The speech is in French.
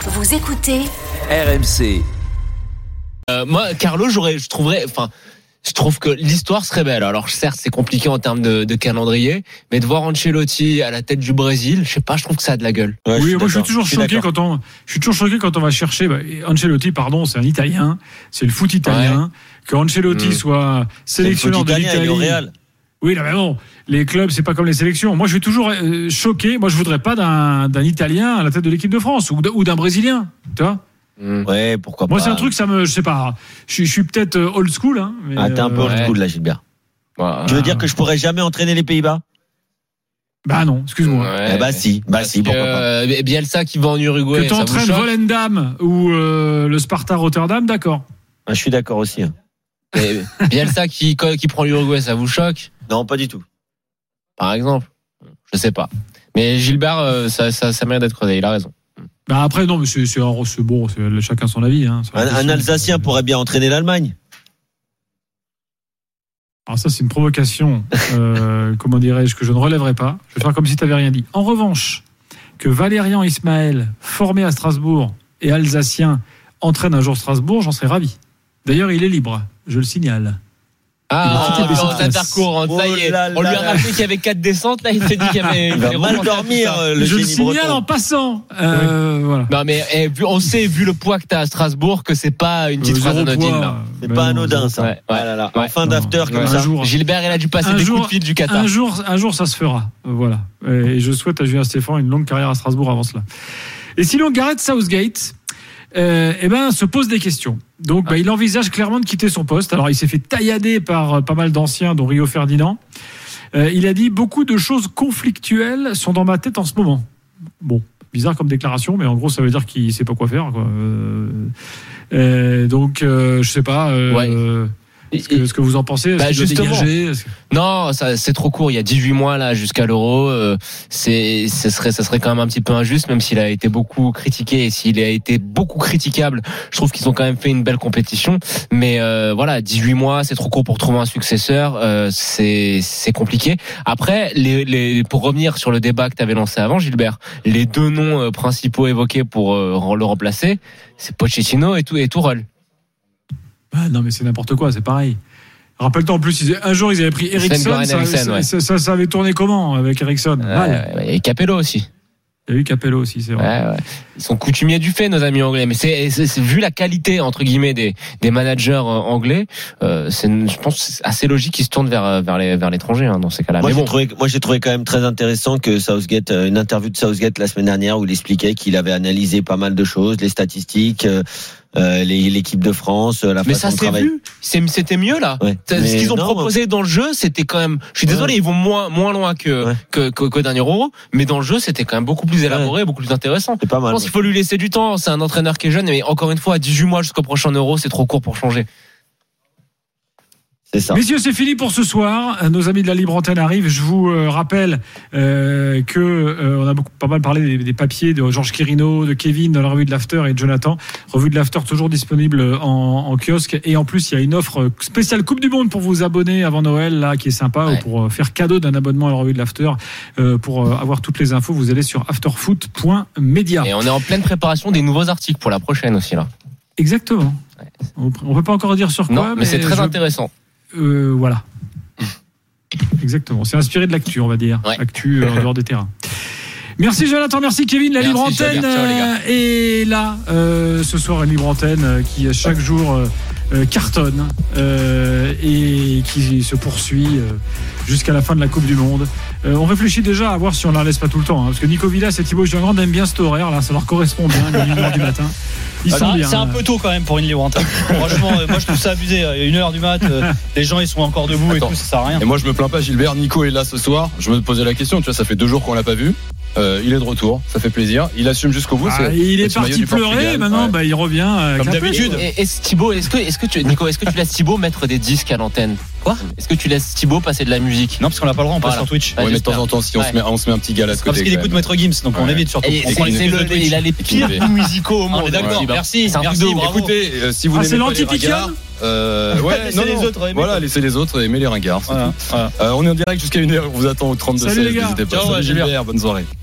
Vous écoutez RMC. Euh, moi, Carlo, j'aurais, je trouverais, enfin, je trouve que l'histoire serait belle. Alors, certes, c'est compliqué en termes de, de calendrier, mais de voir Ancelotti à la tête du Brésil, je sais pas, je trouve que ça a de la gueule. Ouais, oui, moi Ah, je suis d'accord, toujours choqué d'accord. quand on, je suis toujours choqué quand on va chercher bah, Ancelotti. Pardon, c'est un Italien, c'est le foot italien. Que Ancelotti Mm. soit Hmm. C'est le sélectionneur foot de italien, il est au l'Italie. Real. Oui, là, mais bon, les clubs, c'est pas comme les sélections. Moi, je suis toujours euh, choqué. Moi, je voudrais pas d'un d'un Italien à la tête de l'équipe de France ou d'un- ou d'un Brésilien. Tu vois Ouais, pourquoi Moi, pas. c'est un truc, ça me, je sais pas. Je, suis- je suis peut-être euh, old school. Hein, mais, Ah, t'es un peu euh, old ouais. school là, Gilbert. Tu veux dire que je pourrais jamais entraîner les Pays-Bas Bah non, excuse-moi. Eh bah si, bah si, pourquoi pas. pas. euh, Bielsa qui va en Uruguay. que ça vous t'entraînes choque Volendam ou euh, le Sparta Rotterdam, d'accord. Ah, je suis d'accord aussi. hein. Mais Bielsa qui, qui prend l'Uruguay, ça vous choque, Non, pas du tout. par exemple Je sais pas. Mais Gilbert, euh, ça, ça, ça mérite d'être creusé, il a raison. Bah après, non, mais c'est c'est un- c'est bon, c'est- chacun son avis. Hein, C'est Un, impossible. un Alsacien pourrait bien entraîner l'Allemagne. Alors ça, c'est une provocation, euh, comment dirais-je, que je ne relèverai pas. Je vais faire comme si tu n'avais rien dit. En revanche, que Valérian Ismaël, formé à Strasbourg et alsacien, entraîne un jour Strasbourg, j'en serais ravi. D'ailleurs, il est libre, je le signale. Ah, Il a quitté on Besiktas. a parcours, hein, ça Oh y est. là On lui a là. rappelé qu'il y avait quatre descentes, là, il s'est dit qu'il y avait. Il il va fallait mal repenser à tout dormir, ça. euh, le je le génie signale en breton. passant. Euh, Voilà. Non mais eh, vu, on sait vu le poids que t'as à Strasbourg que c'est pas une petite Euh, phrase zéro anodine. poids. là. C'est Ben pas non, anodin, ça. Ouais, Ah là là. En ouais. fin Non. d'after, comme Ouais. ça. Un jour. Gilbert il a dû passer Un des jour- coups de fil du Qatar. Un jour, un jour, ça se fera. Euh, Voilà. Et je souhaite à Julien Stéphane une longue carrière à Strasbourg avant cela. Et si l'on Gareth Southgate, euh, eh ben, se pose des questions. Donc, bah, il envisage clairement de quitter son poste. Alors, il s'est fait taillader par euh, pas mal d'anciens, dont Rio Ferdinand. Euh, il a dit beaucoup de choses conflictuelles sont dans ma tête en ce moment. Bon, bizarre comme déclaration, mais en gros, ça veut dire qu'il sait pas quoi faire. quoi. Euh, euh, donc, euh, je sais pas. euh, Ce que, ce que vous en pensez, est-ce Bah, qu'il doit justement. dégager Est-ce que- Non, ça c'est trop court. Il y a 18 mois là jusqu'à l'Euro. euh, c'est, ce serait, ça serait quand même un petit peu injuste, même s'il a été beaucoup critiqué et s'il a été beaucoup critiquable. Je trouve qu'ils ont quand même fait une belle compétition. Mais euh, voilà, 18 mois, c'est trop court pour trouver un successeur. euh, c'est, c'est compliqué. Après, les, les, pour revenir sur le débat que tu avais lancé avant, Gilbert, les deux noms euh, principaux évoqués pour euh, le remplacer, c'est Pochettino et tout et Tourelle. Ah, non, mais c'est n'importe quoi, c'est pareil. Rappelle-toi en plus, ils- un jour ils avaient pris Sven Ericsson, Goran ça, Eriksson, ça- ouais. Euh, ça- ça- ça avait tourné comment avec Ericsson Mal. Ouais, ouais, et Capello aussi. Il y a eu Capello aussi, c'est Ouais, vrai. ouais. Ils sont coutumiers du fait, nos amis anglais. Mais c'est c'est- c'est- vu la qualité entre guillemets des, des managers euh, anglais, euh, c'est je pense que c'est assez logique qu'ils se tournent vers euh, vers les vers l'étranger hein, dans ces cas-là. Moi, Mais j'ai bon, trouvé, moi, j'ai trouvé quand même très intéressant que Southgate, euh, une interview de Southgate la semaine dernière où il expliquait qu'il avait analysé pas mal de choses, les statistiques, euh, euh, les- l'équipe de France, euh, la mais ça façon de c'est travailler. vu. C'est- C'était mieux là. Ouais. C'est- Ce Mais qu'ils ont non, proposé dans le jeu, c'était quand même. Je suis désolé, Ouais. ils vont moins moins loin que Ouais. que que- qu'au dernier Euro, mais dans le jeu, c'était quand même beaucoup plus élaboré, beaucoup plus intéressant. C'est pas Je mal. pense qu'il faut lui laisser du temps. C'est un entraîneur qui est jeune, mais encore une fois, à 18 mois jusqu'au prochain Euro, c'est trop court pour changer. C'est ça. Messieurs, c'est fini pour ce soir. Euh, Nos amis de la Libre Antenne arrivent. Je vous euh, rappelle euh, que euh, on a beaucoup, pas mal parlé des, des papiers de Georges Quirino, de Kevin dans la revue de l'After et de Jonathan. Revue de l'After toujours disponible en, en kiosque. Et en plus, il y a une offre spéciale Coupe du Monde pour vous abonner avant Noël, là, qui est sympa, Ouais. ou pour euh, faire cadeau d'un abonnement à la revue de l'After. Euh, pour euh, avoir toutes les infos, vous allez sur Ah. afterfoot.media. Et on est en pleine préparation des nouveaux articles pour la prochaine aussi là. Exactement. On on peut pas encore dire sur quoi, Non, mais c'est très je- intéressant. Euh, voilà. Exactement. C'est inspiré de l'actu, on va dire. Ouais. Actu euh, en dehors des terrains. Merci Jonathan, merci Kevin. La Merci, libre Xavier. antenne Ciao, les gars. euh, est là euh, ce soir, une libre antenne euh, qui chaque jour euh, euh, cartonne euh, et qui se poursuit euh, jusqu'à la fin de la Coupe du Monde. Euh, on réfléchit déjà à voir si on la laisse pas tout le temps, hein, parce que Nico Villas et Thibaut Giangrande aiment bien cet horaire là, ça leur correspond bien, minuit, une heure du matin. Ils Ah, sont c'est- bien. C'est un peu tôt quand même pour une libre antenne. Franchement, euh, moi je trouve ça abusé. euh, Une heure du mat, euh, les gens ils sont encore debout Attends. et tout, ça sert à rien. Et moi je me plains pas, Gilbert, Nico est là ce soir. Je me posais la question, tu vois, ça fait deux jours qu'on l'a pas vu. Euh, il est de retour, ça fait plaisir. Il assume jusqu'au bout. Ah, c'est- il est c'est maillot parti du Portugal, pleurer, maintenant ouais. bah, il revient. euh, Comme avec un peu. d'habitude. Et- Est-ce Thibaut, est-ce que, est-ce que tu, Nico, est-ce que tu laisses Thibaut mettre des disques à l'antenne Quoi Est-ce que tu laisses Thibaut passer de la musique Non, parce qu'on n'a pas le droit, on passe Voilà. sur Twitch. Ouais, Ouais, mais de j'espère. temps en temps, si on, Ouais. se met, on se met un petit gars à Ah, côté. parce qu'il quand écoute même. Maître Gims, donc on Ouais. évite surtout. Et On c'est- prend les c'est clips le- de Twitch. Il a les pires idée. goûts musicaux au Ah, on monde. est d'accord, Thibaut. merci, C'est un truc merci, de ouf. bravo. Écoutez, euh, si vous Ah, c'est n'aimez pas les l'anti-Piquian ringards, euh, ouais, Laissez non, les non. autres, aimez Voilà, pas. laissez les autres, aimez les ringards. c'est Voilà, tout. voilà. Euh, on est en direct jusqu'à une heure, on vous attend au 32 Salut, les 16, gars. n'hésitez pas. Ciao, Salut Gilbert. Gilbert, bonne soirée.